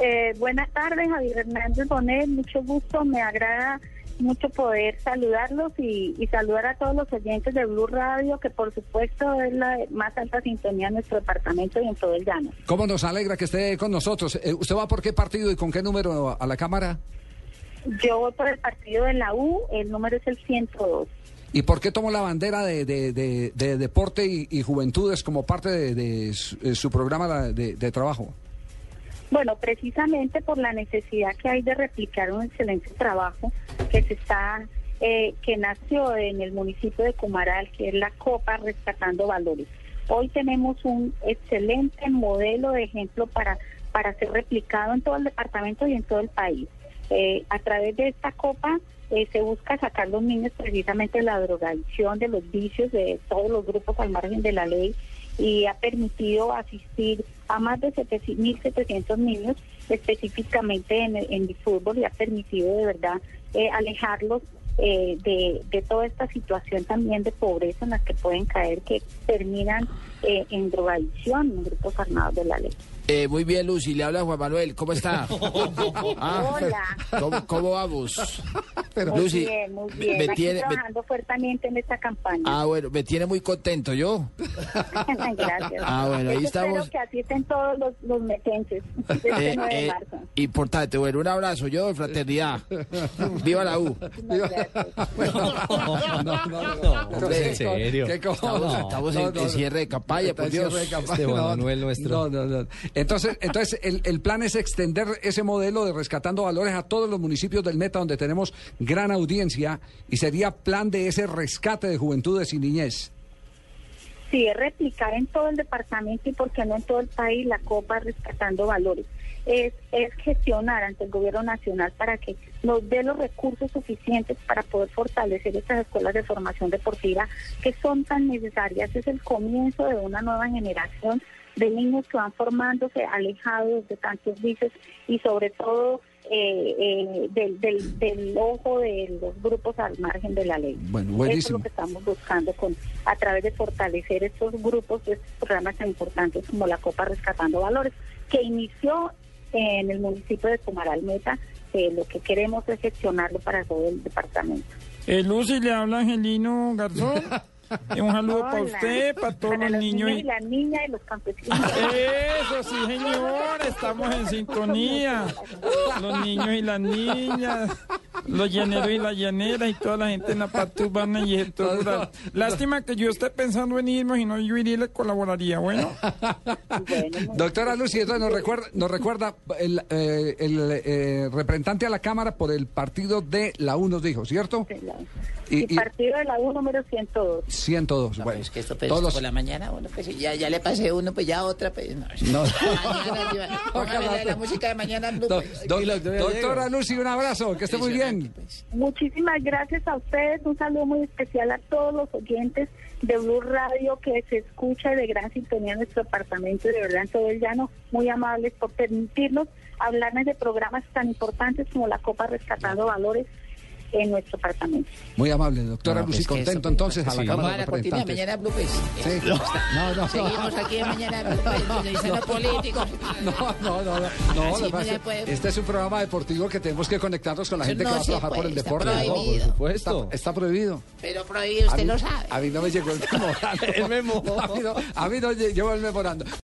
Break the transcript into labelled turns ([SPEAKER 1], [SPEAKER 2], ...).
[SPEAKER 1] Eh, buenas tardes, Javier Hernández Bonet. Mucho gusto, me agrada mucho poder saludarlos y, y saludar a todos los oyentes de Blue Radio, que por supuesto es la más alta sintonía en nuestro departamento y en todo el llano.
[SPEAKER 2] ¿Cómo nos alegra que esté con nosotros? Eh, ¿Usted va por qué partido y con qué número a la Cámara?
[SPEAKER 1] Yo voy por el partido de la U, el número es el 102.
[SPEAKER 2] ¿Y por qué tomó la bandera de, de, de, de deporte y, y, juventudes como parte de, su, eh, su, programa de trabajo?
[SPEAKER 1] Bueno, precisamente por la necesidad que hay de replicar un excelente trabajo que se está, eh, que nació en el municipio de Cumaral, que es la Copa Rescatando Valores. Hoy tenemos un excelente modelo de ejemplo para, para ser replicado en todo el departamento y en todo el país. Eh, a través de esta copa eh, se busca sacar los niños precisamente de la drogadicción, de los vicios, de todos los grupos al margen de la ley y ha permitido asistir a más de 1.700 niños específicamente en, en el fútbol y ha permitido de verdad eh, alejarlos eh, de, de, toda esta situación también de pobreza en la que pueden caer, que terminan eh, en drogadicción en grupos armados de la ley.
[SPEAKER 3] Eh, muy bien, Lucy. Le habla Juan Manuel. ¿Cómo está?
[SPEAKER 1] ah, Hola.
[SPEAKER 3] ¿Cómo, cómo vamos?
[SPEAKER 1] Pero, muy Lucy, bien, muy bien. Me Aquí tiene, trabajando me... fuertemente en esta campaña.
[SPEAKER 3] Ah, bueno, me tiene muy contento yo.
[SPEAKER 1] Gracias.
[SPEAKER 3] Ah, bueno, ahí
[SPEAKER 1] Eso
[SPEAKER 3] estamos.
[SPEAKER 1] Espero que asisten todos los, los metenses. Este eh, 9 de marzo.
[SPEAKER 3] Eh, importante. Bueno, un abrazo. Yo de fraternidad. Viva la U.
[SPEAKER 2] No, no, no,
[SPEAKER 3] Hombre, en serio. ¿Qué estamos, estamos en, en, cierre de campaña, por Dios.
[SPEAKER 2] Cierre de campaña. Este
[SPEAKER 4] Juan Manuel nuestro.
[SPEAKER 2] No, no, no. Entonces, entonces el, el, plan es extender ese modelo de rescatando valores a todos los municipios del Meta, donde tenemos gran audiencia, y sería plan de ese rescate de juventudes y niñez.
[SPEAKER 1] Sí, es replicar en todo el departamento y, por qué no, en todo el país la Copa Rescatando Valores. Es, es gestionar ante el gobierno nacional para que nos dé los recursos suficientes para poder fortalecer estas escuelas de formación deportiva que son tan necesarias. Es el comienzo de una nueva generación de niños que van formándose alejados de tantos vicios y sobre todo eh, eh, del, del, del, ojo de los grupos al margen de la ley.
[SPEAKER 2] Bueno, buenísimo.
[SPEAKER 1] Eso es lo que estamos buscando con a través de fortalecer estos grupos, estos programas tan importantes como la Copa Rescatando Valores, que inició en el municipio de Comaral Meta. Eh, lo que queremos es gestionarlo para todo el departamento.
[SPEAKER 5] Eh, Lucy, le habla Angelino Garzón. Un saludo Hola. para usted, para todos
[SPEAKER 1] para
[SPEAKER 5] los, niños.
[SPEAKER 1] niños y... las niñas y los campesinos.
[SPEAKER 5] Eso sí, señor, estamos en sintonía. Los niños y las niñas, los llaneros y las llaneras y toda la gente en la parte urbana y esto. No, no, no. Lástima que yo esté pensando en irme, y no yo iría y le colaboraría, bueno.
[SPEAKER 2] bueno Doctora Lucy, entonces nos recuerda, nos recuerda el, eh, el eh, representante a la Cámara por el partido de la U, nos dijo, ¿cierto?
[SPEAKER 1] Sí, la... y, y, partido de la U número 102.
[SPEAKER 2] 102.
[SPEAKER 6] No,
[SPEAKER 2] bueno,
[SPEAKER 6] es que esto pues, todos los... por la mañana, uno, pues ya, ya le pasé uno, pues ya otra, pues no.
[SPEAKER 2] no.
[SPEAKER 6] mañana, yo, la, la música de mañana. No,
[SPEAKER 2] do, do, doctora Lucy, un abrazo, que esté muy bien. Pues.
[SPEAKER 1] Muchísimas gracias a ustedes, un saludo muy especial a todos los oyentes de Blue Radio que se escucha de gran sintonía en nuestro apartamento de verdad en todo el llano, muy amables por permitirnos hablarles de programas tan importantes como la Copa Rescatando Valores en nuestro departamento.
[SPEAKER 2] Muy amable, doctora Lucy, no, pues contento entonces a la sí, Cámara de Representantes.
[SPEAKER 6] mañana Blue pues.
[SPEAKER 2] Sí. No, no, no.
[SPEAKER 6] Seguimos aquí en mañana Blue pues, no, políticos.
[SPEAKER 2] No, no, no. no, no pasa, puede... Este es un programa deportivo que tenemos que conectarnos con la gente que va a trabajar por el
[SPEAKER 6] está
[SPEAKER 2] deporte.
[SPEAKER 6] Prohibido.
[SPEAKER 2] por supuesto. Está, está, prohibido.
[SPEAKER 6] Pero prohibido, usted
[SPEAKER 2] mí,
[SPEAKER 6] lo sabe.
[SPEAKER 2] A mí no me llegó el memorando.
[SPEAKER 4] el memo.
[SPEAKER 2] A mí no, a mí no llegó el memorando.